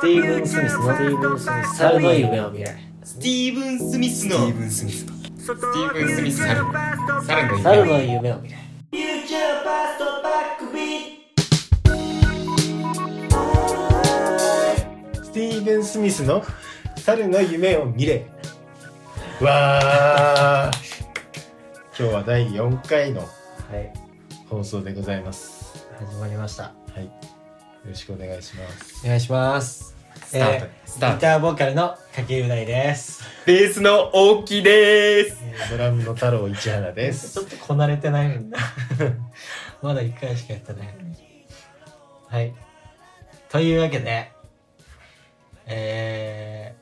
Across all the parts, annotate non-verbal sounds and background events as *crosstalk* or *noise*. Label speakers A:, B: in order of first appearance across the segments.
A: ティーブン・スミスの
B: スティーブン・スミス
A: 鋭い夢を見られ
C: スティーブン・スミス
B: スティ
C: の
B: ーブン・スミスか
C: スティーブン・スミス猿猿の
A: 猿
C: 夢
A: の夢を見られ
D: スティーブン・スミスの猿の夢を見れわー今日は第4回の
A: はい
D: 放送でございます
A: 始まりました
D: はいよろしくお願いします
A: お願いします
C: スタートスタ
A: ギ
C: ート
A: ターボーカルのけう大です
C: ベースの大木です
D: ドラムの太郎市原で
A: ちょ
D: す
A: っとこなれてないも
C: *laughs*
A: んなまだ1回しかやってないはいというわけでえ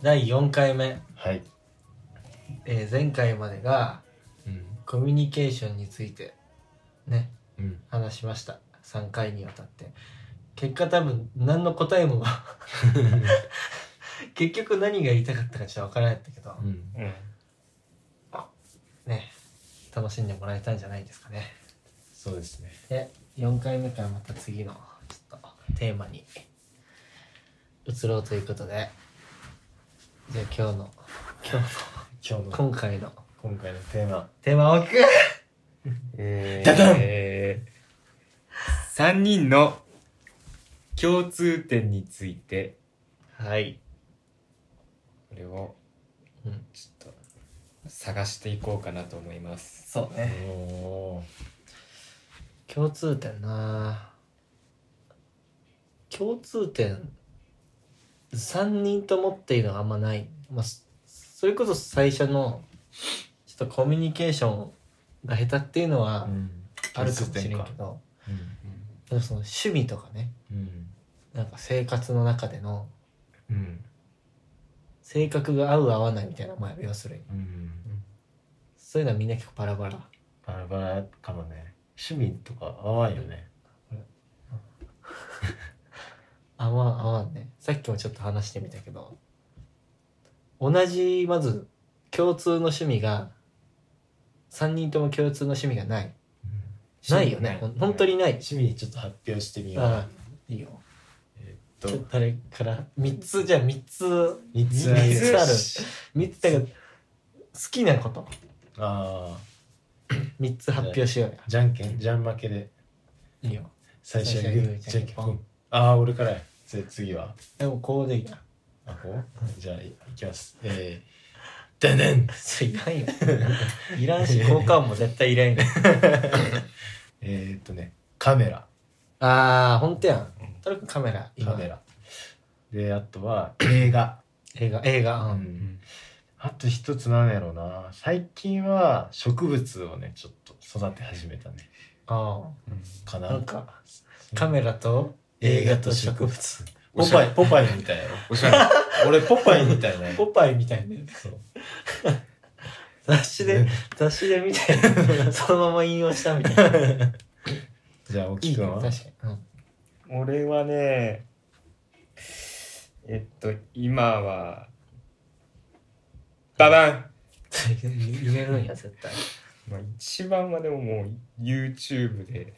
A: ー、第4回目、
D: はい、
A: えー前回までが
D: うん
A: コミュニケーションについてね
D: うん、
A: 話しました3回にわたって結果多分何の答えも結局何が言いたかったかちょっと分からなかったけど
D: うん、
C: うん
A: ね楽しんでもらえたんじゃないですかね
D: そうですね
A: で4回目からまた次のちょっとテーマに移ろうということでじゃあ今日の今日
D: 今日
A: の
D: の
A: 今回の
D: 今回のテーマ
A: テーマを聞く
C: え
D: ダダン
C: 3人の共通点について
A: はい、
C: これを
A: うん、
C: ちょっと探していこうかなと思います
A: そう
D: お
A: ね
D: お
A: 共通点な共通点3人ともっていうのはあんまない、まあ、そそれこそ最初のちょっとコミュニケーションが下手っていう
D: ー
A: のは
D: うん
A: あるかもしれんけど、でもその趣味とかね
D: うん
A: なんか生活の中での
D: うん
A: 性格が合う合わないみたいなまあ要するに
D: うん
A: そういうのはみんな結構バラバラ
D: バラバラかもね趣味とか合わんよね
A: 合わん合わんねさっきもちょっと話してみたけど同じまず共通の趣味が3人とも共通の趣味がないないよねほん本当にない
D: 趣味ちょっと発表してみよう
A: ああいいよ
D: と
A: ちょっと誰から3つじゃあ3つ
D: 三つあ
A: 三
D: げる
A: つある3つだから好きなこと
D: あ
A: 3つ発表しようよ
D: ーじゃんけんじゃん負けで
A: いいよ
D: 最初は
A: 最
D: グ
A: 初はグ
D: ー
A: ー
D: じゃんけ
A: じゃん
D: ん
A: けん
D: ポ
A: ぽん
D: ンああ俺からやつ次は
A: でもこうでいいな
D: あこうじゃあいきますえーでねん
A: それいら *laughs* んよいらんし効果音も絶対いら *laughs* んよ
D: えーっとねカメラ
A: ああ本当やんとにかくカメラいいわ
D: カメラであとは映画
A: 映画映画うん
C: ん
D: あと一つなんやろうな最近は植物をねちょっと育て始めたね
A: あ
D: か
A: あ
D: な
A: なんかカメラと
D: 映画と植
A: 物
D: ポパイポパイみたいやろ
C: おしゃれ
D: *laughs* 俺ポパイみたいな
A: ポパイみたいな
D: そう
A: *laughs* 雑誌で雑誌で *laughs* 見たいなそのまま引用したみたいな *laughs*
D: じゃあお
A: い
D: き
A: い
D: く
A: ね
D: んは
A: 確かに、
C: 俺はねえっと今はババン
A: *laughs* うん、言えるんや絶対
C: まあ、一番はでももう YouTube で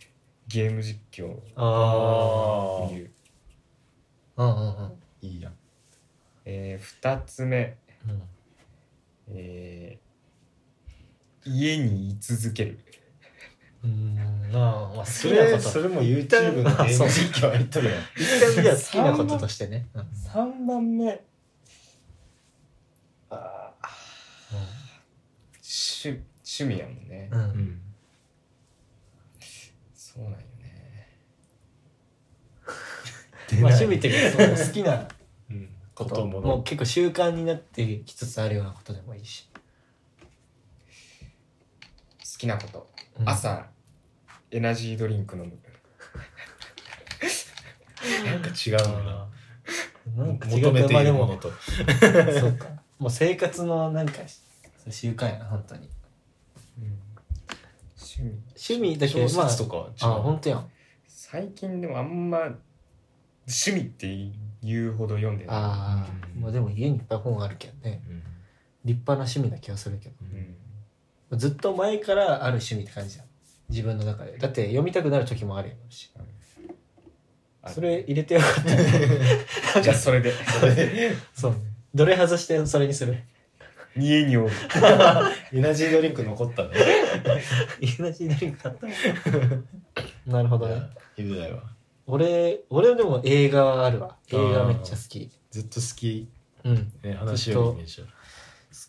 C: ゲーム実況
A: あ
D: あ
C: 見る、
A: あうんうんうん
D: ーいいやん
C: えー、2つ目、
A: うん
C: えー、家に居続ける
A: うーんまあまあ
D: そ
A: 好きな
D: れ
A: こ
D: そ
A: と
D: れも YouTube のゲーム実況入っとるやん
A: 一回じゃあ好きなこととしてね、うんうん
C: 3番目あー趣趣味やもんね、
A: うん
D: うん
C: そうなんよね
A: まあ、趣味っていうかその好きな
D: うん
A: *laughs* こ
D: ことと
A: も
D: も
A: う
D: の
A: 結構習慣になってきつつあるようなことでもいいし、
C: 好きなこと、
A: うん
C: 朝エナジードリンク飲む
D: なんか違うのな
A: なんか違
D: 求め
A: う
D: てい
A: で
D: るも
A: も
D: のと
A: そうかもう生活のなんかそう習慣やな本当に
C: 趣味
A: 趣味だ
D: 小
A: けどまあ
D: 説とかは違
A: あ
D: う
A: 本当やん
C: 最近でもあんま趣味って言うほど読んでない
A: あ
D: う
A: あ
D: ん
A: まあでも家にいっぱい本あるけどね
D: うん
A: 立派な趣味な気がするけ
D: う
C: うんん
A: どずっと前からある趣味って感じじゃん自分の中でだって読みたくなる時もあるやろうし
C: ある
A: それ入れてよかった *laughs* ね
C: *laughs* じゃあそれで
A: そうどれ外してそれにする
C: 家に置く
D: エナジードリンク残ったね。
A: エナジードリンク買った *laughs* なるほどね
D: 雄大は。
A: 俺俺でも映画はあるわ映画めっちゃ好き
D: ずっと好き、
A: うん
D: ね、話よりイメージある。
A: 好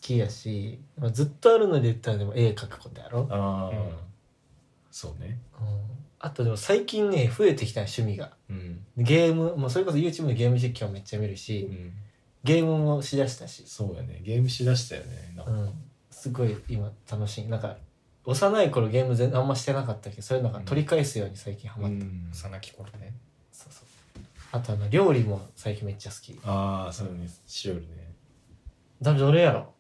A: きやし、まあ、ずっとあるので言ったらでも絵描くことやろ、
D: ああ、
C: うん
D: そうね。
A: うんあとでも最近ね増えてきた趣味が
D: うん。
A: ゲームもうそれこそ YouTube でゲーム実況めっちゃ見る
D: う
A: し
D: ん。
A: ゲームもしだしたし、
D: そうやね。ゲームしだしたよね。なん
A: う
D: か
A: ん、すごい今楽しいなんか幼い頃ゲーム全あんましてなかったけどそういうのが取り返すように最近ハマ
D: う
A: った、
D: ん
C: 幼き頃ね
A: そうそうあとあの料理も最近めっちゃ好き
D: ああ、そうね。しおるね。
A: だどれやろ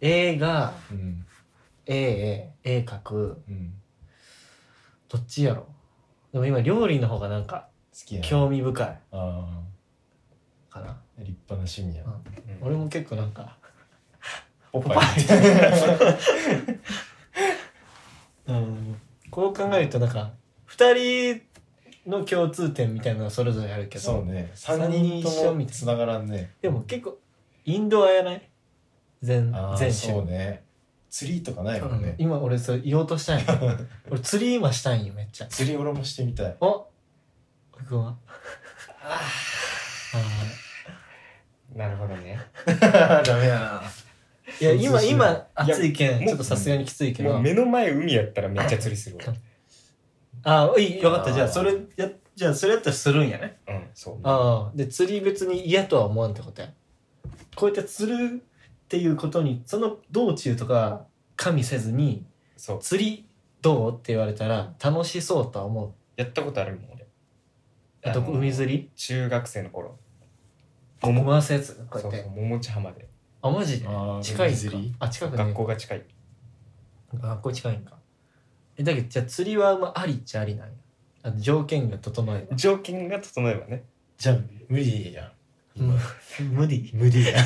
A: 映画
D: うん。
A: 絵絵絵描く
D: うん。
A: どっちやろでも今料理の方がなんか
D: 好きやね。
A: 興味深い
D: あ
A: かな、
D: あ、立派な趣味や
A: う
D: な。
A: ん俺も結構なんか、
C: ポ
A: パ
C: パイ
D: *laughs*
A: うん、こう考えるとなんか2人の共通点みたいなのがそれぞれあるけど
D: そうね。
A: 三
D: 三
A: 人
D: 人
A: 一緒
D: とも
A: みたいな
D: つながらんね。
A: でも結構インドアやない全
D: ああ、
A: 全
D: そう
A: 種、
D: ね。釣りとかないもん
A: うん
D: ね。
A: 今俺それ言おうとしたん
D: *laughs*
A: や俺釣り今したいんよめっちゃ
D: 釣り俺もしてみたい。
A: おおいくんはあ
C: なるほどね
D: *laughs* ダメや
A: ーいや
D: そう
A: 今
D: そう
A: 今暑いけ
C: も
A: ん
C: う
A: ちょっとさすがにきついけ
C: も
A: ど
C: う目の前海やったらめっちゃ釣りするわ
A: ああいいよかっ
D: あ
A: た
D: ー
A: じゃあそれやじゃあそれやったらするんやね
C: うんそう
A: ああで釣り別に嫌とは思わんってことやこうやって釣るっていうことにその道中とか加味せずに
C: そう
A: 釣りどうって言われたら楽しそうとは思
C: やったことあるもん俺
A: うどこ海釣
C: り
A: り
C: 中学生の頃
A: 桃回すやつこうや
C: そ
A: っ
C: う
A: て
C: そう桃地浜で
A: あマジで
D: あー
A: 近い
D: 海
A: んか
D: 釣り
A: あ近くね
C: 学校が近い
A: 学校近いんかえだけどじゃあ釣りはまあありっちゃありなんやあの条件が整えば
C: 条件が整えばね
D: じゃあ、無理やん。
A: うん無理
D: 無理や。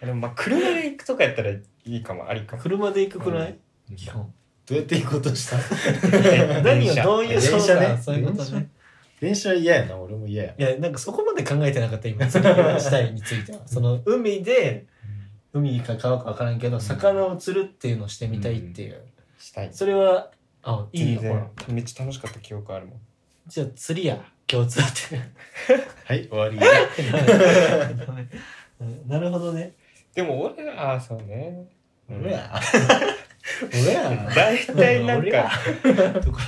C: でもまあ車で行くとかやったらいいかもありかも
A: 車で行くくらい、基
D: *laughs* ど
A: 本
D: うやって行こうとした
A: 何を
C: 電車
A: どういう
D: 電車ね
A: そうかそういうことね
D: 電車嫌やな、俺も嫌や。
A: いやなんかそこまで考えてなかった今釣りをしたいにつ
D: *laughs*
A: いてはその海で海か川か分からんけど、
D: うん
A: 魚を釣るっていうのをしてみたいっていう、
C: したい
A: それはあいいよ
C: 全
A: ほら
C: 然めっちゃ楽しかった記憶あるもん
A: じゃあ釣りや共通
D: *laughs*
A: 点
D: はい、終 *laughs* わり。
A: うんなるほど
D: *laughs*
A: ね
C: でも俺はああそうね
D: 俺や。俺や。
C: 大体なん
A: 俺は
C: か
A: とか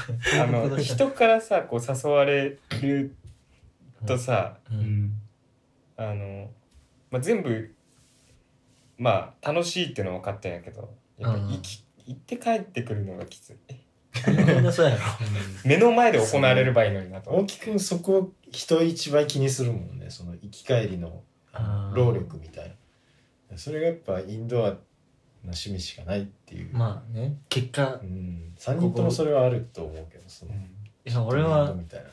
C: あの人からさこう誘われるとさ
A: うん
C: あの、まあ、全部まあ楽しいっていうのは分かったんやけどやっぱ
A: うん
C: 行き行って帰ってくるのがきつい
A: みんなそうやろ
C: 目の前で行われればいいのになと思
D: 大
C: う
D: 木くん、そこ、人一倍気にするもんね。その、行き帰りの
A: あー
D: 労力みたいな。それがやっぱ、インドアな趣味しかないっていう。
A: まあね結果
D: うん。3人ともそれはあると思うけど、その、
A: いや俺は
D: みたいな。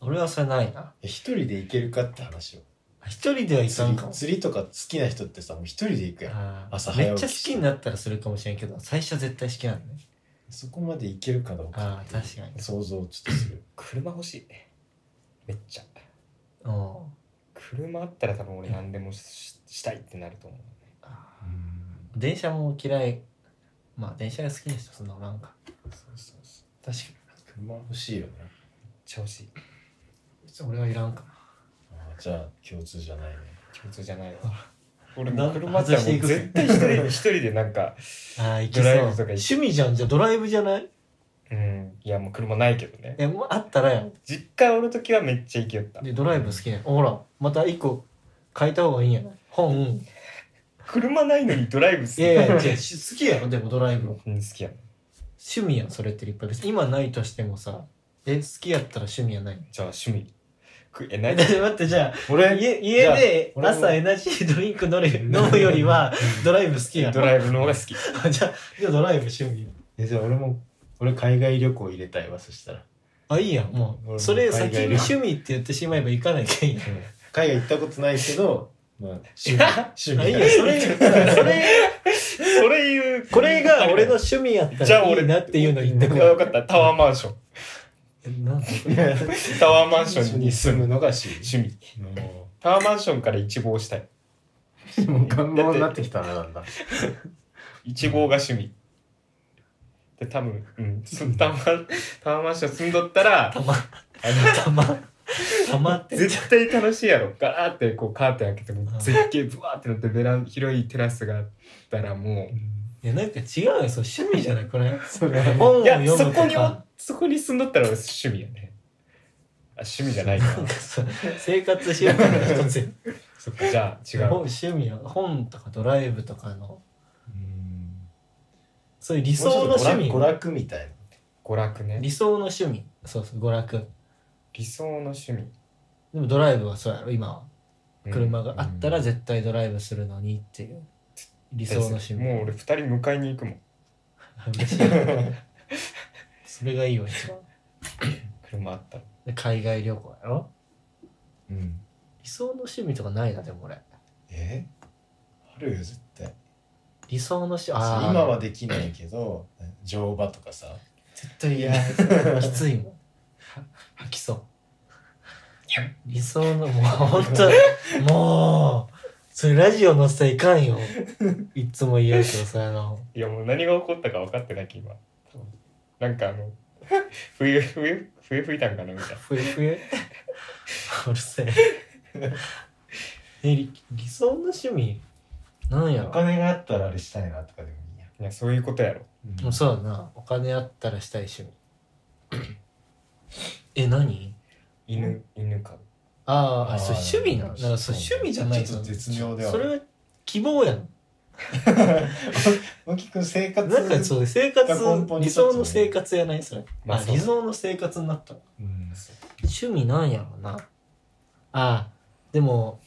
A: 俺はそれないな
D: え一人で行けるかって話を。
A: 一人ではいか
D: 釣
A: ん
D: り
A: かも
D: 釣りとか好きな人ってさ、もう一人で行くやん。
A: あー
D: 朝
A: め
D: 早
A: っ
D: 起
A: ちゃ
D: き
A: 好
D: して
A: きになったらするかもしれんけど最初は絶対好きなんね
D: そこまでいけるかどうかっていう
A: あー確かに
D: 想像をちょっとする
C: 車欲しいめっちゃ
A: うん
C: 車あったら多分俺何でもししたいってなると思う
A: あー電車も嫌いまあ電車が好きな人そんなおらんか
C: そうそうそう
A: 確か
D: 車欲しいよね
C: めっちゃ欲しい
A: に俺はいらんか
D: あーじゃあ共通じゃないね
C: 共通じゃない
A: *laughs*
C: わ俺
A: な
C: もう車あったらもう絶対一人で一人でなんか
A: なあー行き
C: ド
A: そ
C: ライ
A: う
C: ブとか行く
A: 趣味じゃんじゃあドライブじゃない
C: うんいやもう車ないけどね
A: えもうあったらやん
C: 実家おる時はめっちゃ行きよった
A: でドライブ好きやんほらまた一個変えた方がいいんやない本
C: 車ないのにドライブ好き
A: いやいや違う好きやろでもドライブは
C: うん好きや
A: 趣味やんそれって立派です今ないとしてもさえ好きやったら趣味やない
C: じゃあ趣味くえない
A: だって待ってじゃあ
D: 俺
A: 家家で
D: じゃあ俺も
A: 朝エナジードリンク飲る飲むよりはドライブ好きや
C: ド
A: ろ
C: ライブの方が好き
A: *laughs* じゃあじゃあドライブ趣味
D: えじゃあ俺も俺海外旅行入れたいわそしたら
A: あいいやんも
D: 俺
A: う
D: も
A: それ先
D: 海外
A: に
D: 旅行
A: 趣味って言ってしまえば行かなきゃいいやん
D: 海外行ったことないけどまあ趣味趣味
A: あいい
D: だ
A: や
D: か
A: ん
D: ら
A: それそれ
C: それ言う
A: これが俺の趣味やった
C: じゃ
A: ら
C: あ
A: い
C: 俺
A: いなっていうの言って
C: あ
A: こ
C: よ
A: い
C: かったタワーマンション
A: えなんで
C: タワーマンション
D: に
C: に
D: 住
C: 住
D: む
C: む
D: のが趣味
C: 趣味
D: も
C: タワーマンションから一望したいう
D: もう願望になってきたななんだ
C: 一望が趣味で多分うんすタワータワーマンション住んどったら
A: たまたまたまって
C: 絶対楽しいやろガーってこうカーテン開けても絶景ブワーってなってベラン広いテラスがあったらも
A: いやなんか違うよそう趣味じゃないこれ
D: それは
A: 本
C: う
A: を
C: いや
A: 読む
C: そ
A: と
C: こにお
A: か
C: そこに住んどったら俺趣味やねあ趣味じゃな
A: *laughs*
C: いか
A: なんかそう生活習慣の一つよ
C: そっかじゃあ
A: 本
C: 違う
A: 趣味は本とかドライブとかの
D: うん
A: そういう理想の趣味
D: 娯楽みたい
C: 娯楽ね
A: 理想の趣味そうそう娯楽
C: 理想の趣味
A: でもドライブはそうやろ今は
C: うん
A: 車があったら絶対ドライブするのにっていう理想の趣味
C: もう俺二人迎えに行くもん
A: 嬉しい *laughs* それがいいわ一番
C: 車あったら
A: で海外旅行やろ
D: なうん
A: 理想の趣味とかないなでも俺
D: えあるよ絶対
A: 理想の趣味ああ
D: 今はできないけど乗馬とかさ
A: 絶対嫌 *laughs* きついもんは吐きそう理想のもうほんともうそれラジオのせいかんよいつも言うけどさあの
C: いやもう何が起こったか分かってないけど今なんかあの *laughs* 冬冬冬吹いたんかなみたいな
A: ふえふえ *laughs* うるせええ理理想の趣味なんや
D: お
A: ろ
D: 金があったらあれしたいなとかでもいいや
C: いやそういうことやろ
A: もうそうだなお金あったらしたい趣味 *coughs* え何
C: 犬犬飼う
A: あーあ
D: あー
A: そう趣味なのなんかそう
D: そう
A: 趣味じゃない
D: ちょっと
A: その
D: 絶妙ではあ
A: そ
D: る
A: れは希望やん
D: 大きく生活
A: なんかそう生活
D: 根本に立つよね
A: 理想の生活やないそれ、
C: まあ
A: あ、
C: そう
A: 理想の生活になった
D: うん
A: 趣味なんやろうなあでも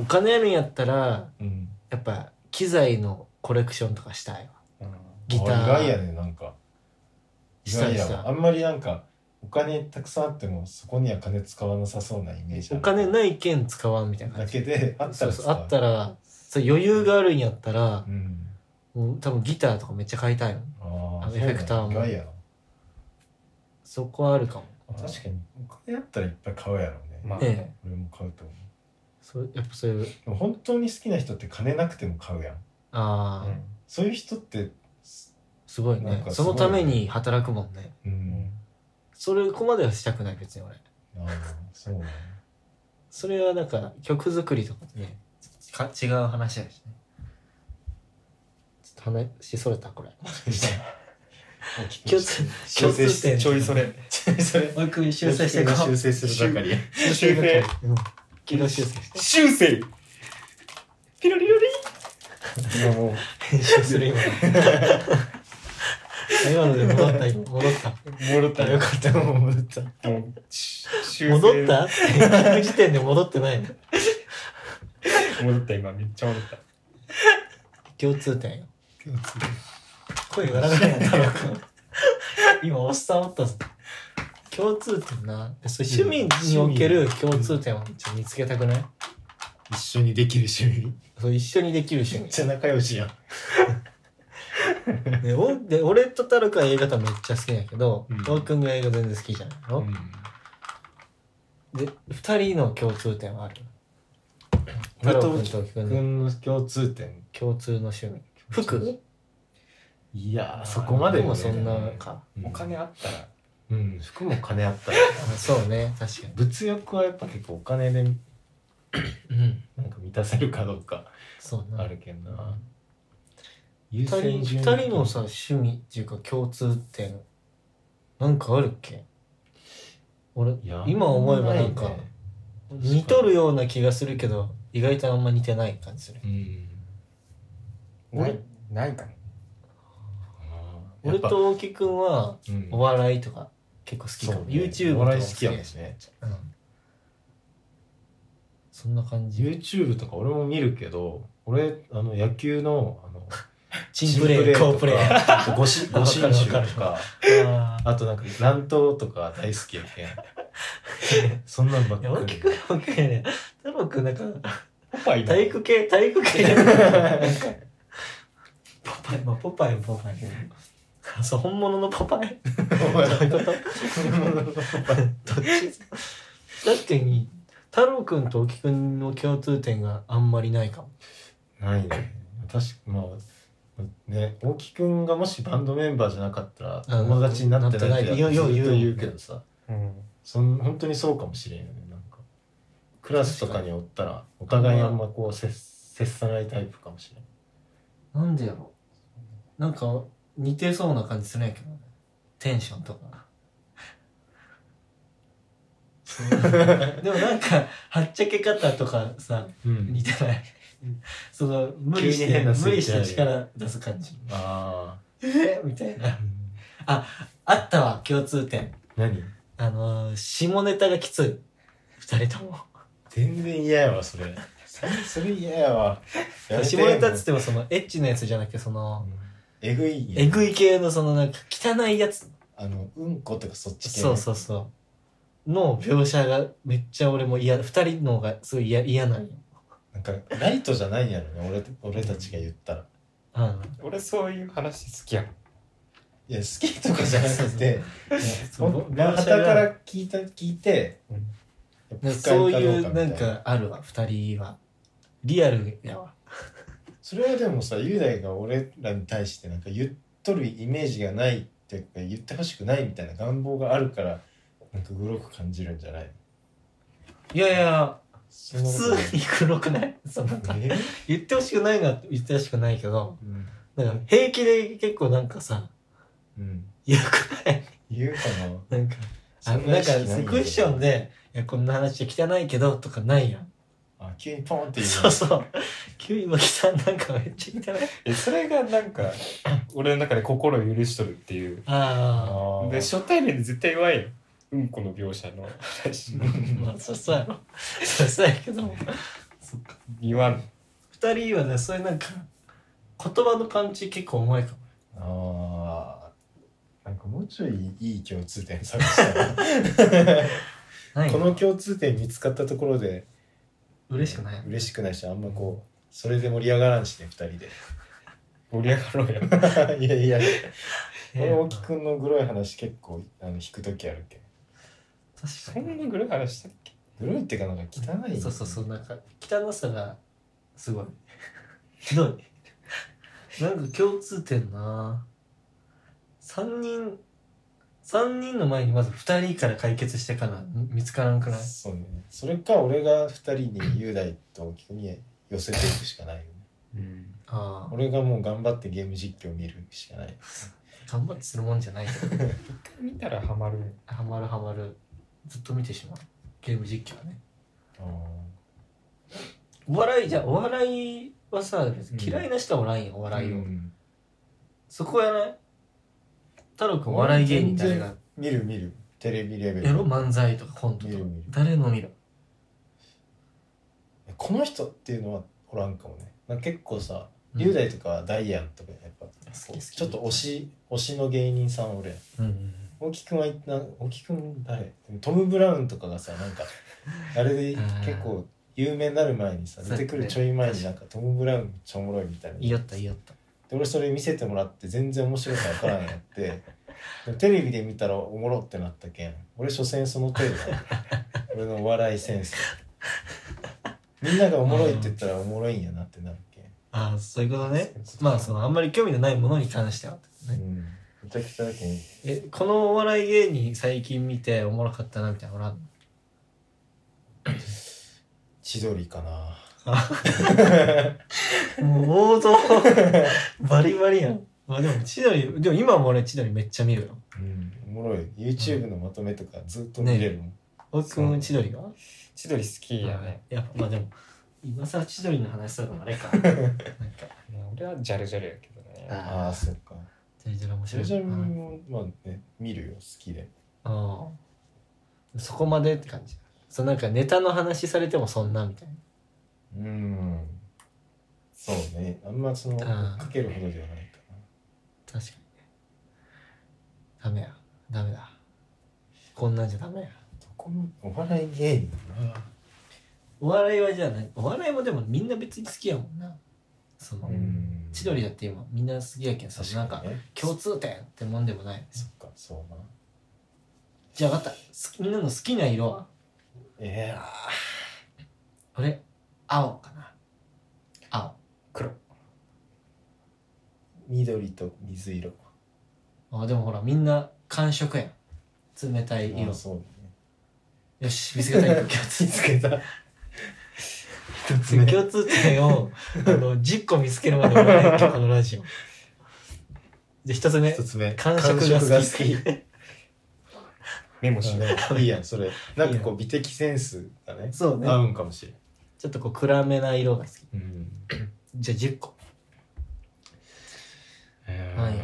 A: お金あるんやったら
D: うん
A: やっぱ機材のコレクションとかしたいわギター
D: あ意外やねなんか意
A: した
D: 外
A: い
D: や
A: し
D: わあ
A: た
D: んまりなんかお金たくさんあってもそこには金使わなさそうなイメージあ
A: お
D: る
A: 金ないけん使わんみたいな
D: だ
A: 感じ
D: けであった
A: そう
D: ら
A: そう
D: 使う
A: あったらそう余裕があるんやったら
D: う、ん
A: もう多分ギターとかめっちゃ買いたいの
D: あ
A: あのエフェクターも
D: そうなんだ意外やな
A: そこはあるかも、
D: 確かにお金あったらいっぱい買うやろうね、
C: まあ
A: ええ
D: 俺も買うと思う
A: そうやっぱそういう
D: でも本当に好きな人って金なくても買うやん
A: ああ、
C: うん
D: そういう人って
A: すごい
D: なん
A: ね
D: かす
A: そ
D: ごい
A: のために働くもんね
D: うん、
A: それこまではしたくない別に俺
D: ああそうね
A: それはなんか曲作りとかとねか違う話だしねちょっと話それたこれ *laughs* 共通
D: 修正し
A: 共通点
D: て
C: ちょいそれ
D: それ
A: もう一回修正していこ
D: 修
A: う
D: 正するばかり
A: *laughs*
C: 修正
A: うん軌道修正して
C: 修正ピロリロリいやもう
A: 編集する今 *laughs* 今ので戻った今戻った
C: 戻った
A: よかったもう戻った
C: もうし修正
A: 戻ったって聞く時点で戻ってないの
C: 戻った今めっちゃ戻った
A: 共通点よ声が荒くなったのか *laughs* 今おっさんおったぞ共通点なそう趣味における共通点をちょっと見つけたくない
D: 一緒にできる趣味
A: そう一緒にできる趣
D: めっちゃ仲良しやん
A: 味、ね、おで俺と太郎くんは映画とめっちゃ好きやけど
D: うん
A: 太郎、くんが映画全然好きじゃないの、で二人の共通点はある太
D: 俺
A: 郎
D: と
A: くん
D: 沖
A: とくんの
D: 君の共通点
A: 共通の趣味服
D: いやー
C: ー
D: そこまで
A: も
D: ね
A: そんなか
D: うん
C: お金あったら
D: うん服も金あったら
A: あそうね確か
D: 物欲はやっぱ結構お金で
A: にうん
D: なんか満たせるかどうか
A: そう
D: あ
A: な
D: るけんな、
A: 二
D: 優
A: 人
D: 先順位
A: 二人のさ趣味っていうか共通点なんかあるっけ俺
D: いや
A: 今思えばなん
D: あ
A: か
D: まいね
A: 似とるような気がするけど意外とあんま似てない感じする
D: うん
C: な
A: 俺
C: いないかも
D: あーや
A: 俺
D: っぱ
A: と大木くんは
D: うん
A: お笑いとか結構好きかも、
D: そうね
A: YouTube
D: お
A: とかも
D: 笑い好きやもんね
A: うんそんな感じ
D: YouTube とか俺も見るけど俺あの野球のあの
A: チンプレー
D: と
A: コ
D: か
A: ープレー *laughs*
D: あとごしご神
A: わ
D: 州
A: かるわかる
D: とか
A: *laughs* あ
D: あとなんか乱闘とか大好きやけんそん *laughs* なんばっ
A: ーい
D: か
A: や大
D: り
A: 木くん大木くんやね太郎くんなんか
C: ポパイの
A: 体育系体育系なんかポパイまあポパイもポパイそう本物のパパイどういう
D: お
A: ことどっちだってに太郎くんと沖くんの共通点があんまりないかも
D: 前ないね確かまあね大木くんがもしバンドメンバーじゃなかったら
A: うん
D: 友達になってないって
A: なってないよよ
D: ずっと
A: 言う
D: 言うけどさ
C: うん
D: そん本当にそうかもしれんよねなんかクラスとかにおったらお互いあんまこう接接さないタイプかもしれん
A: なんでやろうなんか似てそうな感じするんやけどねテンションとか *laughs* そうでもなんかはっちゃけ方とかさ
D: うん
A: 似てないその無理し
D: 急に
A: て
D: 変なスイッチ
A: 無理し
D: 入
A: て
D: る
A: 力出す感じ
D: あ
A: えみたいな
D: あ
A: あったわ共通点
D: 何
A: あのー下ネタがきつい二人とも
D: 全然嫌やわそれそれ *laughs* それ嫌やわやめて
A: 下ネタっつってもそのエッチなやつじゃなくてその
D: うんえぐいや
A: えぐい系のそのなんか汚いやつ
D: あのうんことかそっち系
A: そうそうそうの描写がめっちゃ俺も嫌二人の方がすごい嫌嫌なんよ
D: なんかライトじゃないやろね俺俺たちが言ったら
A: うん
C: 俺そういう話好きやん
D: いや好きとかじゃなくて
A: そ
D: ほ
A: の
D: んまあ
A: 描
D: 旗
A: 写
D: か
A: が
D: ら聞いた聞いて
C: うん
D: やっぱ不
A: そう
D: 快か
A: い
D: ど
A: う
D: みた
A: なんかあるわ二人はリアルやわ
D: それはでもさ雄大が俺らに対してなんか言っとるイメージがないっていうか言ってほしくないみたいな願望があるからなんかグロく感じるんじゃない
A: いやいや
D: そ
A: 普
D: んなことない
A: 通に黒
D: *laughs*
A: くないそうなんか
D: え
A: 言ってほしくないな言ってほしくないけど
D: うん
A: なんか平気で結構なんかさ
D: うん
A: よくない
D: 言うか
A: なんか
D: な
A: あのなんか
D: そ意識いよ
A: クッションで「いやこんな話汚いけど」とかないやん
D: あ急にポンって言う
A: そうそう急に今さんなんかめっちゃ汚い
C: えそれがなんか俺の中で心を許しとるっていう
A: あ
D: あー
C: で初対面で絶対弱いようんこの描写の話
A: あまあそうそうやろそうそうやけどそっか
C: 言わん
A: 2人はねそういうなんか言葉のパンチ結構うまいかも
D: あーなんかもうちょいいい共通点探したら
A: *laughs* ない
D: この共通点見つかったところで
A: 嬉しくない
D: 嬉しくないしあんまこうそれで盛り上がらんしね二人で
C: 盛り上がろう
A: *laughs*
C: よ
D: いやいやこ
A: ええ
D: の大木くんのグロい話結構あの引く時あるけ
A: 確
C: そ
A: かに
C: んなグループ話したっけ
D: グロいっていうかなんか汚い
A: そうそうそうなんか汚さがすごい *laughs* ひどいなんか共通点な3人3人の前にまず2人から解決してから見つからんくらい
D: そうねそれか俺が二人に雄大と大木くんに寄せていくしかないよね
C: うん
A: ああ
D: 俺がもう頑張ってゲーム実況見るしかない
A: 頑張ってするもんじゃないけど
C: 一回見たらハマる
A: ハマるハマるずっと見てしまうゲーム実況はね
D: あー
A: お笑いじゃお笑いはさ別に嫌いな人はおらんよ、お笑いを、
D: うん
A: そこやね太郎くんお笑い芸人誰が
D: 見る見るテレビレベル
A: やろ漫才とかコントと
D: 見
A: か
D: る見る
A: 誰の見る
D: この人っていうのはおらんかもねなんか結構さ
A: うん
D: 雄大とかダイアンとかやっぱ、
A: 好き
D: ちょっと推し推しの芸人さん俺
A: うん
D: 大木くんはな大木くん誰トム・ブラウンとかがさなん
A: *laughs*
D: かあれで
A: あー
D: 結構有名になる前にさ
A: そうや
D: 出
A: ね
D: てくるちょい前になんかトム・ブラウンめっちゃおもろいみたいな
A: 言いよった言いよった
D: で俺それ見せてもらって全然面白さわからんやって *laughs* でもテレビで見たらおもろってなったけん俺所詮その程度 *laughs* だ俺のお笑いセンスみんながおもろいって言ったらおもろいんやなってなるけん、
A: ああそういうことね
D: そう
A: まあそのあんまり興味のないものに関してはってこと
D: う
A: ね、
D: ん、めちゃくちゃだけん
A: えこのお笑い芸人最近見ておもろかったなみたいなのおらんの
D: 千鳥かな
A: もう王道 *laughs* バリバリやんまあでも千鳥でも今も俺千鳥めっちゃ見るよ
D: うんおもろい YouTube のまとめとかずっと見れるもん、
A: 大木君千鳥が
C: 千鳥好きやね
A: やっぱまあでも今更千鳥の話する *laughs* のもあれかなんか
C: まあ俺はジャルジャルやけどね
D: ああそっか
A: ジャルジャル面
D: ち
A: 白
D: なみ
A: い
D: に
A: な
D: もまあね見るよ好きで
A: ああそこまでって感じそうなんかネタの話されてもそんなみたいな
D: うんそうねあんまその追っかけるほどではないかな
A: 確かにねダメやダメだこんなんじゃダメや
D: どこのお笑い芸人
A: お笑いはじゃあないお笑いもでもみんな別に好きやもんなその、
D: うん
A: 千鳥だって今みんな好きやけんさ、なんか
D: ね
A: 共通点ってもんでもない
D: そっかそうな
A: じゃあ分かった好きみんなの好きな色は
D: ええ
A: 俺青かな青
C: 黒
D: 緑と水色
A: あでもほらみんな寒色やん冷たい色
D: あそう
A: よし見つけ
D: *laughs*
A: た共
D: つ
A: 通
D: つけた一つ
A: 点
D: 目
A: 共通点 *laughs* をあの10個見つけるまで終わら *laughs* ないこのラジオじゃあ1つ目
D: 一つ目
A: 感触が好き
D: 感触が
C: メモしよう
D: 好きいいやんそれなんかこう美的センスがね
A: そうね
D: 合うんかもしれん
A: ちょっとこう暗めな色が好き
D: うん
A: じゃあ10個は
C: はい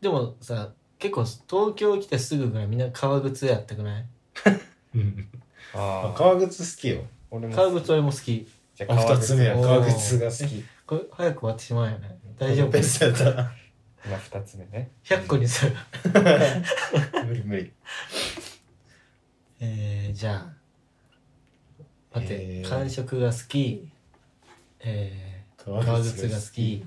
A: でもさ結構東京来てすぐぐらいみんな革靴やったくない
D: うんあ
C: あー
D: 革靴好きよ
C: 俺も
A: 革靴俺も好き
C: じゃ
D: あ二つ目は
A: おー
D: 革靴が好き
A: これ早く終わってしまうよね大丈夫
D: ベストやったな
C: 今二つ目ね
A: 100個にする
D: 無理無理
A: えー、じゃあ待って、
D: えー
A: 感触が好きえー、
D: 革
A: 革靴が好き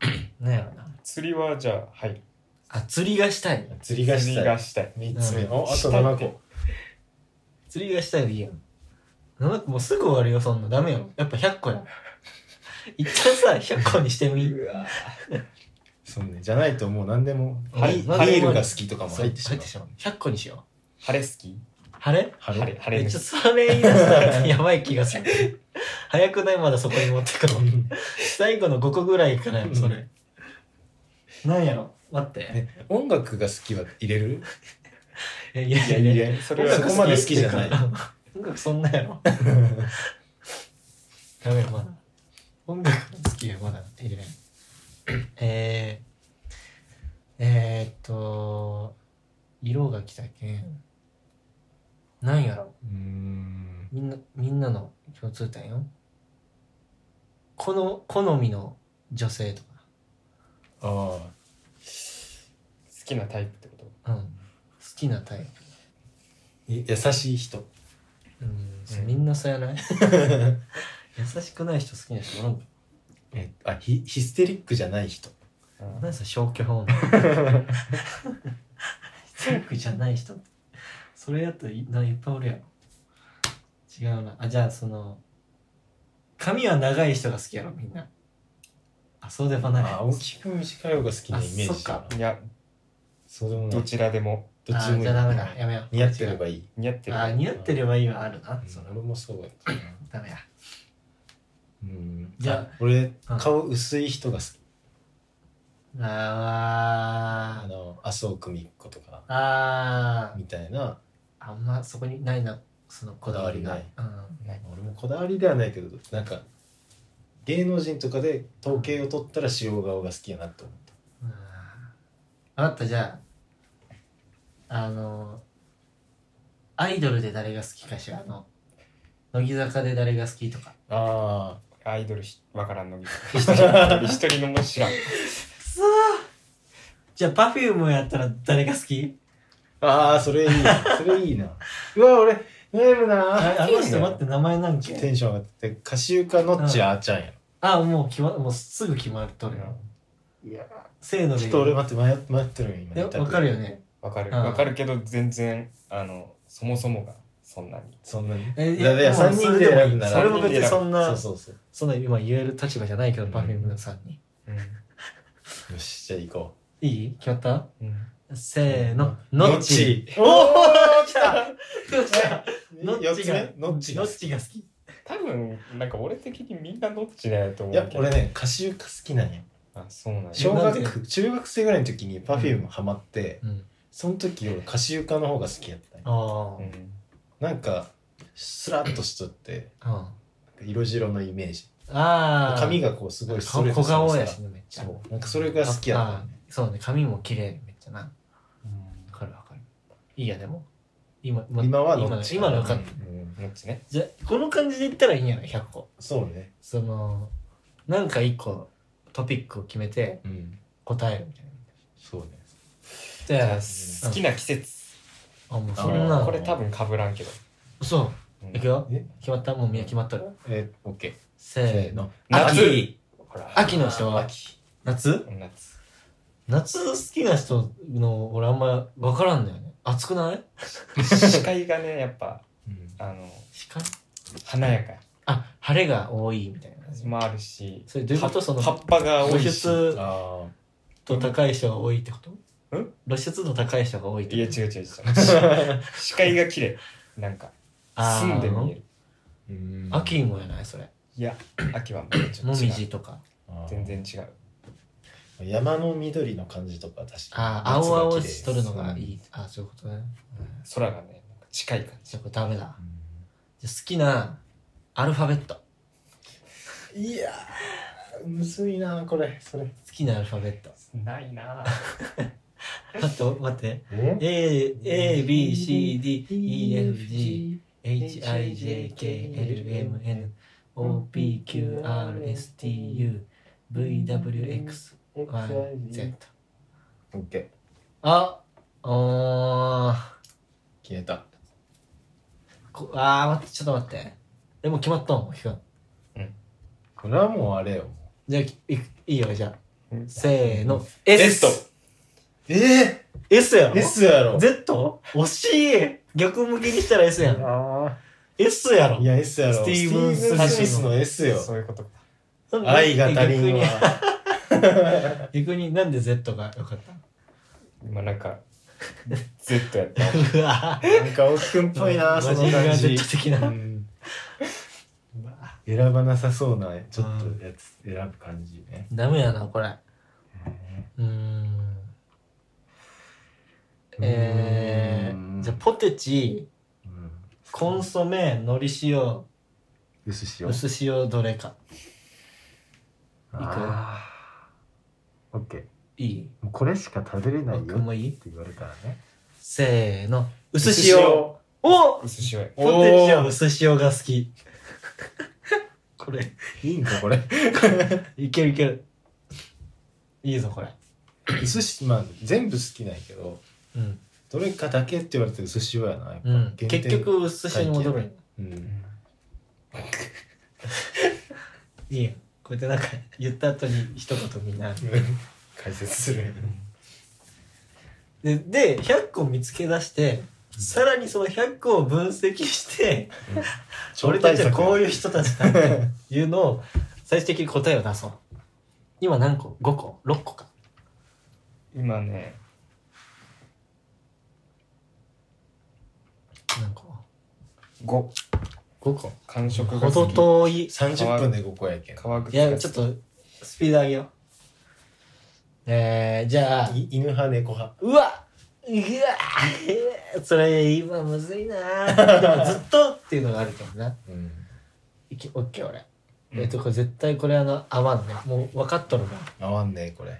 A: *clears throat* なんやろな
C: 釣りはじゃあはい
A: あ釣りがしたい
D: 釣りがし
C: 釣り
D: た
C: が
D: い
C: したい
D: 三つ目
A: う
D: おあと7個
A: 釣りがしたいでいいやんなんかもうすぐ終わるよそんなダメよやっぱ100個や一旦さ100個にしてみ
D: そうねじゃないともう何でも
A: は
D: はいいビ
A: はい
D: ールが好きとかも
A: そう
D: 入
A: 入
D: ってしま
A: っ
D: う
A: てしまう100個にしよ
C: 晴れ好き
A: う晴れ
D: 晴
C: 晴れ晴れ
A: え
C: の
A: ち
C: 日
A: ょっとそれ言い出したらやばい気がする早くないまだそこに持ってくの最後の5個ぐらいからやんそれなんやろ待って
D: ね音楽が好きは入れる
A: えいや
D: いや入
A: や
D: れんそ
C: そ
D: れ
C: れ
D: は
C: は
D: そこまで好きじゃない
A: 音楽そんなや *laughs* ろダメよまだ音楽の好きはまだ入
D: *laughs*
A: れないえー、えー、っと色が来たけんなんやろ
D: うん
A: みんなみんなの共通点よこの好みの女性と
D: ああ
C: 好きなタイプってこと
A: か、うん、好きなタイ
D: い優しい人 *laughs*
A: プ、うんそう
C: うん
A: みんなそうやない *laughs* 優しくない人好きな人おらんか
D: えあヒヒステリックじゃない人
C: うん
A: 何さ消去法の
D: *laughs*
A: 強くじゃない人それやったらいないっぱいおるやろ違うなあじゃあその髪は長い人が好きやろみんなあそうでもない
D: あ青木くん短い方が好きなイメージ
A: あそっか
C: いや
D: そうでもない
C: どちらでも
D: どっち
A: あ
D: でもい
A: じ
D: い
A: ゃあダメだやめよう
D: 似合ってればいい
C: 似合ってる
A: あ似合ってればいいはあるな
D: うん
A: その
D: 俺もそうやったな
A: ダメや
D: うん
A: じゃ
D: あ俺
A: うん
D: 顔薄い人が好きあ
A: あー
D: の麻生久美子とか
A: あー
D: みたいな
A: あんまそこにないなそのこだわりが
D: こ
A: うん
D: 俺もこだわりではないけどなんか芸能人とかで統計を取ったら塩顔が好きやなって思っ
A: うん分かったじゃああのアイドルで誰が好きかしらあの乃木坂で誰が好きとか
D: たあ
C: アイドルひわからんのに一人一人のも知らん
A: くそーじゃあパフュームやったら誰が好き
D: あああそれいい
A: *laughs*
D: なそれいいなうわ俺悩むな
A: ああの人待っ
D: 待
A: て名前なんけ
D: テンション上がっててカシウカノッチあーちゃんやろ
A: あもう決まもうすぐ決まるとるよ
C: いや
A: せーので
D: ちょっと俺待って迷迷ってるよ今
A: えわかるよね
C: わかる
A: うん
C: わかるけど全然あのそもそもがそんなに
D: そんなに
A: え
D: だから3人で選ぶなら
A: それも別にそんな
D: そうそうそう
A: そんな今言える立場じゃないけど、
C: うん
A: Perfume さんに。
C: う
D: よしじゃあ行こ
A: いい決まった
C: んうん
A: せーの、
D: う
A: ノッチ。
D: ノッ
A: おー来たよっし *laughs* ゃ
D: チ
A: ノッチが
D: 四つ目、ノッチが
A: ノッチが好き。
C: 多分なんか俺的にみんなどっちだよと
D: い
C: 思う
D: や
C: けど
D: 俺ねカシウカ好きなんや
C: あそうなんや
D: 小
A: なん
D: 学中学生ぐらいの時に Perfume ハマって、
A: うん。
D: その時俺カシウカの方が好きやったんよ
A: あ
C: うん
D: なんかスラッとしとって
A: あ。うん。
D: 色白のイメージ
A: ああ。
D: 髪がこうすごいストレート
A: 小
D: してる
A: 顔
D: さ
A: やしね、めっちゃ。
D: そうなんかそれが好きやったんよね
A: あそうね、髪も綺麗めっちゃな。わかるわかる。いいや、でも。今、ま
D: 今は
A: 今
D: ど
A: の
D: っち
A: 今の分かった。
D: うん
C: どっちね
A: じゃあこの感じで言ったらいいんやろ、100個。
D: そうね
A: その、なんか一個トピックを決めて
D: うん
A: 答えるみたいな。
D: そうね
A: じゃあ、
C: 好きな季節
A: あ、もうそ
D: うん
A: な。
C: これ多分被らんけど
A: そう。
C: うん
A: いくよ。
D: え
A: 決まったもうみんな決まったら。
D: えオッケー
A: せーの。
D: の
C: 夏ほら
A: 秋の人は
C: 秋
A: 夏
C: 夏
A: 夏好きな人の俺あんま分からんだよね暑くない
C: 視界がねやっぱ
D: うん
C: あの
A: しか
C: 華やか
A: あ晴れが多いみたいな
C: もあるし
A: それどういうこと
C: 葉
A: その
C: 葉っぱが多
A: 露
C: いし
A: 出
D: あ
A: 度高い人が多いってこと
C: ん
A: 露出度高い人が多いって
C: いや違
A: こと
C: う違う違う視界が綺麗なんか
A: あー
C: 澄んで見える
D: ーうん
A: 秋もやないそれ
C: いや *clears throat* 秋はもうちょ
A: も
C: っと
A: み
C: 違う
A: じとか
D: あー
C: 全然違う
D: 山の緑の感じとか確かに
A: ああ
D: 夏
A: 青
D: が
A: 々
D: 綺麗
A: しとるのがいいあそういうことね、うん
C: 空がねなんか近い感じ
A: じゃあこれダメだ
D: う
A: じゃあ好きなアルファベット好
D: んいやーむずいなこれそれ
A: きなアルファベット
C: ないな
A: 待って待って
D: え
A: A, A, B, C, D, E, F, G, H, I, J, K, L, M, N, O, P, Q, R, S, T, U, V, W, X, Y, Z。
D: オッケー
A: あおー
D: 消えた
A: こあー待って、ちょっと待って。でもう決まったもん、ひか
D: これはもうあれよ
A: じゃあ、いいいよ、じゃあ。
C: うん
A: せーの。
C: ベスト
D: ええ
A: S やろ
D: S やろ
A: ?Z? 惜しい逆向きにしたら S やん。
D: あ
A: S やろ
D: いや S やろ
A: スティーブンス
D: スティーブンスミスの S よ
C: そういうことか
A: なんで
D: 愛が足りんわ
A: 逆に逆になんで Z が良
D: *laughs*
A: かった
C: 今なんか Z やった
A: うわ
D: なんかおきくんっぽいなその
A: マジンガ
D: 感
A: ー
D: じ
A: Z
D: *laughs*
A: 的な
D: うん選ばなさそうなちょっとやつ選ぶ感じね
A: ダメやなこれうーんえ
D: うー
A: ー、
D: ん
A: じゃあポテチ
D: うん
A: コンソメ海苔塩
D: 薄しよう
A: 薄塩どれか
D: あーオッケー
A: いい
D: もうこれしか食べれない
A: 僕
D: よっ
A: もいい
D: て言われたらね
A: せーの薄塩おポ
C: 薄塩や
A: テチは薄塩が好き *laughs* これ
D: いいんかこれ
A: いけるいけるいいぞこれ
D: *clears throat* 薄しまあ全部好きなんやけど
A: うん、
D: どれかだけって言われて薄塩やなやっぱ
A: うん、
D: 原点
A: 結局薄塩に戻るんや
D: うん *laughs*
A: いいやんこうやってなんか *laughs* 言った後に一言みんな
D: 解説する
A: でで100個見つけ出してさらにその100個を分析して俺たちはこういう人たちだっていうの *laughs* を最終的に答えを出そう今何個 ?5 個 ?6 個か
C: 今ね
A: 何個
C: 5
A: ?5 個
C: 完食が
A: 程遠い
D: 30分でここやけん
C: 川口
A: いやちょっとスピード上げようえー、じゃあ
D: い犬派猫派
A: うわうわそれ今むずいなでもずっとっていうのがあるけどな
D: うん
A: いきオッケー俺、
C: うん
A: えっとこれ絶対これあの合わんねもう分かっとるもん
D: 合わんねこれ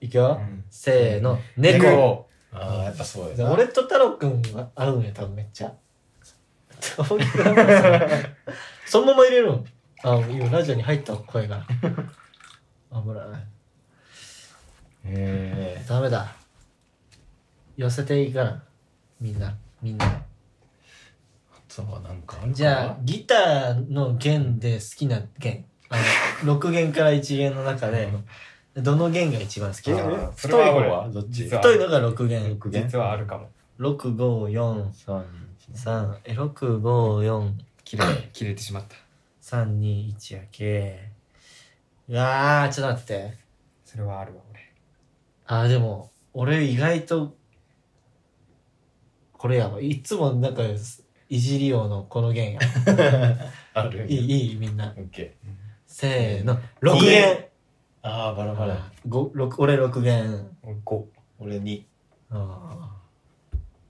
A: いくよ、
C: うん
A: せーの猫
D: ああやっぱそうや
A: で
D: な
A: 俺と太郎くんは合うんや多分めっちゃ俺がその *laughs* まま入れるんあ今ラジオに入った声が危ない
D: え
A: ダメだ寄せていかなみんなみんな
D: あとはなんかあるかな
A: じゃあギターの弦で好きな弦あの6弦から1弦の中でどの弦が一番好き
D: え
C: あー
D: 太い方
C: それは
D: はどっち
C: 実は
A: 太いのが6弦
D: 6弦
C: 実はあるかも
A: 654
D: 3
A: 3え6 5 4
C: 切れ切れてしまった
A: 3 2 1やけうわーちょっと待って
C: それはあるわ俺
A: あーでも俺意外とこれやわいつもなんかいじり用のこの弦や
D: *laughs* ある
A: いいいいみんな
D: オッケー
A: せーの
D: うん
A: 6弦
D: ああバラバラ
A: ごろく俺6弦
C: 5
D: 俺2
A: あ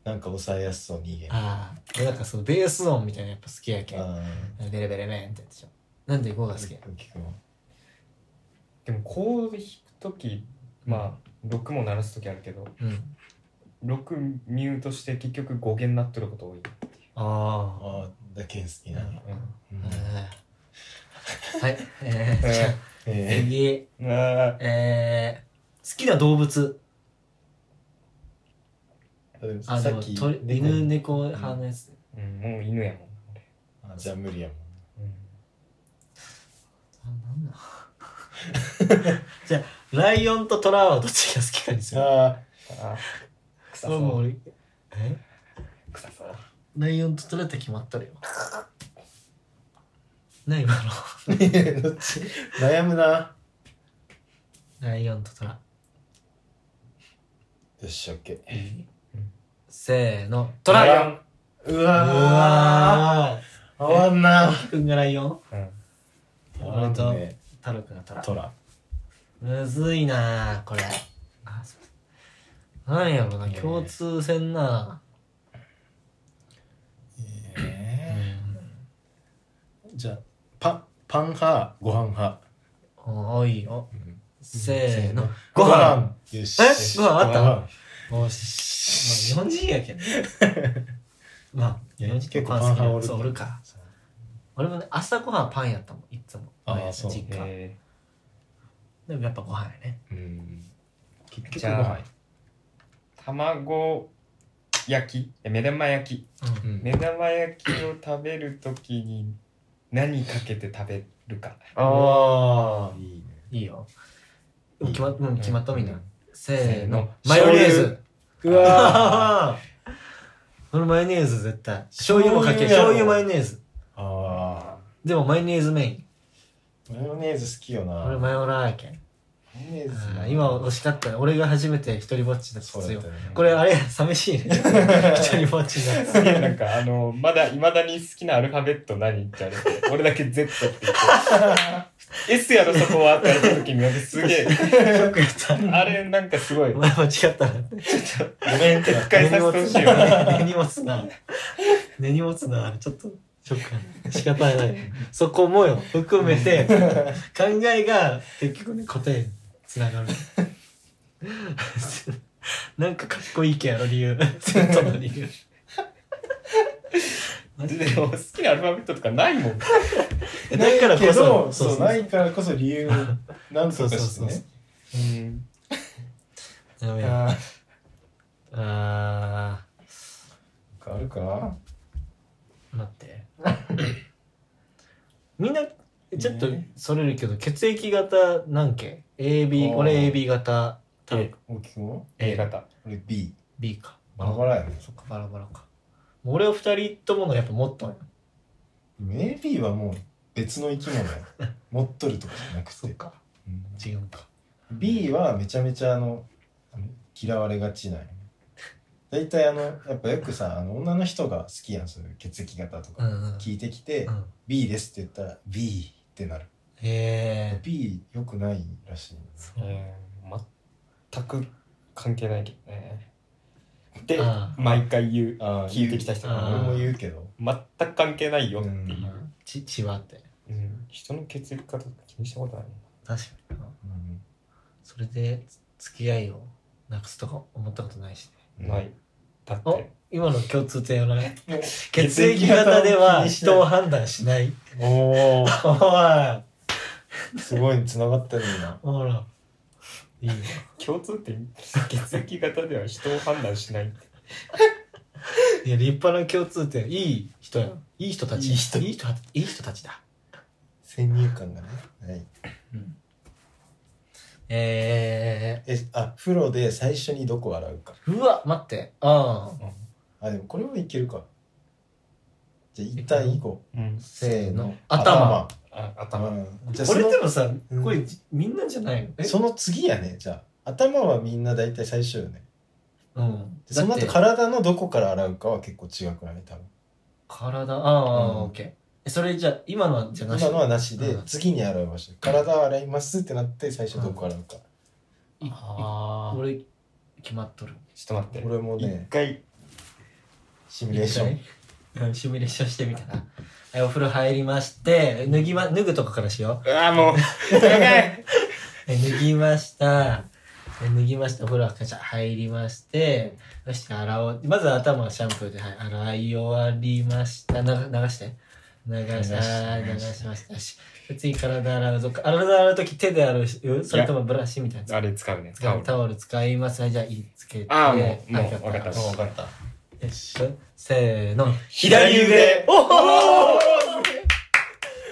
D: なんか抑えやすそう2
A: ー
D: 弦あ
A: あー俺なんかそのベース音みたいなのやっぱ好きやけん
D: あ
A: ベレベレベンってやつでしょなんで5が好きや
D: 大きくも
C: でもこう弾く時まあ6も鳴らす時あるけど
A: うん
C: 6ミュートして結局5弦鳴っとること多い、
A: ああ
D: ああだけ好きな
C: うん
D: うん
A: はいえー、じゃあ
D: え
A: 次
C: あ
A: えー、好きな動物
D: ー
A: あ
D: さ
A: で
D: っ
A: も
D: き
A: 鳥
D: 猫
A: 犬猫派のやつ、
C: ーうんもう犬やもん
D: あじゃあ無理やもん
C: 俺、う
A: あ
C: ん
A: なんだ *laughs* ライオンとトラはどっちが好きかにする
D: あ
C: あ臭
A: それもう
C: そう
A: 俺え
C: 臭そう
A: ライオンとトラって決まっとるよな今の
D: あどっち悩むな
A: ライオンとトラ
D: よしオッケ
A: せーのト
C: ト
A: ラ
C: ライアン
D: ーう
A: う
D: わ
A: わ
D: ー合わんな
A: ーくんがライオン
C: うん
A: 俺
D: 合わ
A: と
D: んね
A: タロくんがトラ
D: トラ
A: むずいなあこれあすいませんなんやろな共通せんな
D: え
A: うん
D: ーじゃあパンパン派ご飯派
A: おいいよ
D: ん
A: せーの
D: ご
A: ご飯
D: 飯よし
A: えご飯あった
D: ご飯
A: おし、まあ、日本人やけんね
D: *laughs*
A: まあ日本人ってパ
D: 結構パ
A: ン好き
D: ン
A: な
D: 派おる
A: そうおるか俺もね朝ごはんパンやったもんいつも
D: あー
A: 親父の
D: そう
A: 実家
C: え
A: でもやっぱご飯やね
D: うん結
C: じ
D: 局ご
C: ゃあ
D: 飯
C: ー卵焼きえ目玉焼き
A: うん
D: うん
C: 目玉焼きを食べるときに何かけて食べるか
D: ああいいね
A: いいよもう決ま,、うん、決まったみんな、
C: うん
A: せーのマ
D: せーの
A: ヨネーズ
D: う
A: *laughs*
D: わー
A: 俺マヨネーズ絶対醤油もかける
D: 醤
A: 醤
D: 油やろ
A: 油マヨネーズ
D: あ
A: でもマヨネーズメイン
D: ーマヨネーズ好きよな
A: 俺マヨラーやけん
D: マヨネー
A: あ
D: ズ
A: ー今惜しかったね俺が初めて一人ぼっちだ
D: そう
A: 必
D: だ
A: 要
D: ったよね
A: これあれ寂し
D: *laughs*
A: いね一人ぼっちだ
C: すげえなんかあのまだいまだに好きなアルファベット何って言われて俺だけ Z って言って S やろそこはって言われた時になんかすげえ
A: ショックやった
C: あれなんかすご
A: *laughs*
C: い
A: お前間違ったな
D: ごめんってな
C: 一回させてほしい
A: *laughs*
C: よね
A: 根に持つな根に持つなあれちょっとショックやな仕方ないそこもよ含めて考えが結局ね答えにつながる *laughs* なんかかっこいいけやろ理由 Z の理由マジ
C: で
A: で
C: も好きなアルファベットとかないもん
A: だからこそ
D: そうないからこそ理由をなんと
A: そ
D: か
A: うそ
D: し
A: う
D: て
A: そう
D: ね
C: うん
A: ダメや
D: あ
A: あ
D: ーなんかあるかな
A: ー待ってみんなちょっと
D: ね
A: それるけど、血液型何系 ?AB
D: あー
A: 俺 AB 型多分
C: A,
D: 大きくも
C: A 型
D: 俺 B
A: B か
D: バラバラやね
A: そっかバラバラかもう俺は二人とものやっぱ持っとんや
D: メイビーはもう別の生き物や持っとるとかじゃなく、
A: そってか
D: うん
A: 違うんか
D: B はめちゃめちゃあのあの嫌われがちなんよね大体あのやっぱよくさあの女の人が好きやんそういう血液型と
A: う
D: か
A: んうん、
D: 聞いてきて、
A: うん、
D: B ですって言ったら B ってなる
A: へえ
D: B 良くないらしい
A: そう
C: えー全く関係ないけどねで
A: あー
C: 毎回言う
D: あー
C: 聞いてきた人
A: あ
C: が
A: ー
D: 俺も言うけど
C: 全く関係ないよっていう、
A: ち血はって
C: うん、人の血液型とか気にしたことない
A: 確かにな
D: うん
A: それで付き合いをなくすとか思ったことないしね
C: ない。だっ
A: お
C: て、
A: 今の共通点はね
D: うん
A: 血液型では人を判断しない
D: おお
A: おい
D: すごい繋がってるんだ
A: ほらいいよ
C: *laughs* 共通点、血液型では人を判断しないって。
A: いや立派な共通点いい人やいい人たち
D: いい人
A: いい人いい人たちだ
D: 先入観がね、はい、
A: うんえ
D: えあ風呂で最初にどこ洗うか
A: ー、うわ待ってああ
D: あでもこれはいけるかじゃあ一旦行こう
C: うん。
D: せーの
A: 頭
C: あ、
D: 頭、
C: 頭。
D: うん、じゃあ
A: こ
D: そ
A: れ
D: の
A: でもさ
D: うん
A: これみんなじゃないのえ
D: その次やねじゃあ頭はみんな大体最初よね
A: うん
D: でその
A: だって
D: 後体のどこから洗うかは結構違くない多分
A: 体ああ、
D: うん
A: オッケーえそれじゃあ今のはじゃなし
D: 今のはなしで、
A: うん
D: 次に洗いましょう体を洗いますってなって最初どこ洗うか、
A: い
C: あー
A: 俺決まっとる
C: ちょっと待って。
D: 俺も
C: 一
D: ね
C: 回、
D: シミュレーション
A: 一回うんシミュレーションしてみたらはいお風呂入りまして脱ぎま脱ぐとこからしよう
C: うわ、もう、長い
A: え脱ぎました。え脱ぎました。お風呂カシャ入りまして、そして洗おう。まずは頭はシャンプーで、はい、洗い終わりました。な流して。流し
D: 流した
A: あー流しました。よし。次、体洗うぞ。体洗うとき手で洗うそれともブラシみたいなや
C: あれ使うね、
A: つ
C: タオル。
A: タオル使います。はい、じゃあ、いつけて。
C: あーもうもう
A: はい
C: わかった
D: 分かった
A: よしせーの。
C: 左腕
A: おお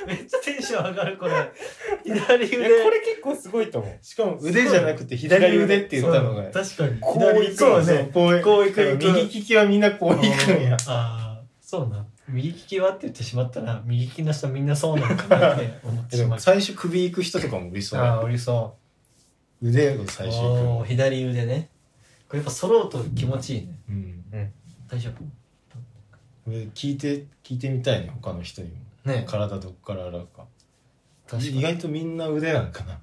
A: めっちゃテンション上がるこれ *laughs* 左
C: い
A: 腕
C: やこれ結構すごいと思う
D: しかも腕じゃなくて左腕って言ったのが
A: そう確かに
C: こういく
A: そうね
D: こう
A: こう
D: い
A: い
D: くだ
A: く
D: から右利きはみんなこういくんや
A: ああそうな右利きはって言ってしまったら右利きの人みんなそうなのかなって思って
D: で
A: しま
D: も
A: う
D: 最初首行く人とかもいそう
A: ああおりそ
D: 腕を最初行
A: う左腕ねこれやっぱ揃うと気持ちいいね
D: くうん
A: 大丈夫
D: これ聞いて聞いてみたいね他の人にも
A: ね
D: 体どっから洗うか
A: 確か
D: 意
A: に
D: 外とみんな腕なんかな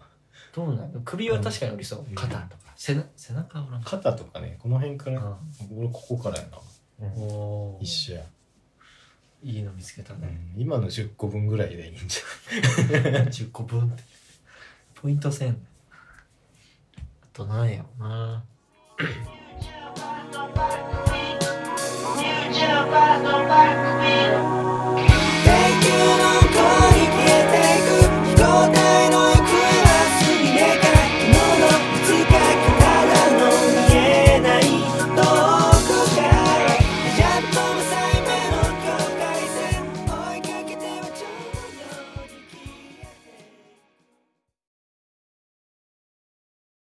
A: どうなの首は確かにおりそううん肩とか背な背中はおらんか
D: 肩とかねこの辺から
A: あ
D: 俺ここからやな
A: あおー
D: 一緒や、
A: いいの見つけた
D: う
A: ね
D: ん、今の10個分ぐらいでいいんじ
A: 10個分ってポイントせんあとなんやろな
B: You jump out the back wheel.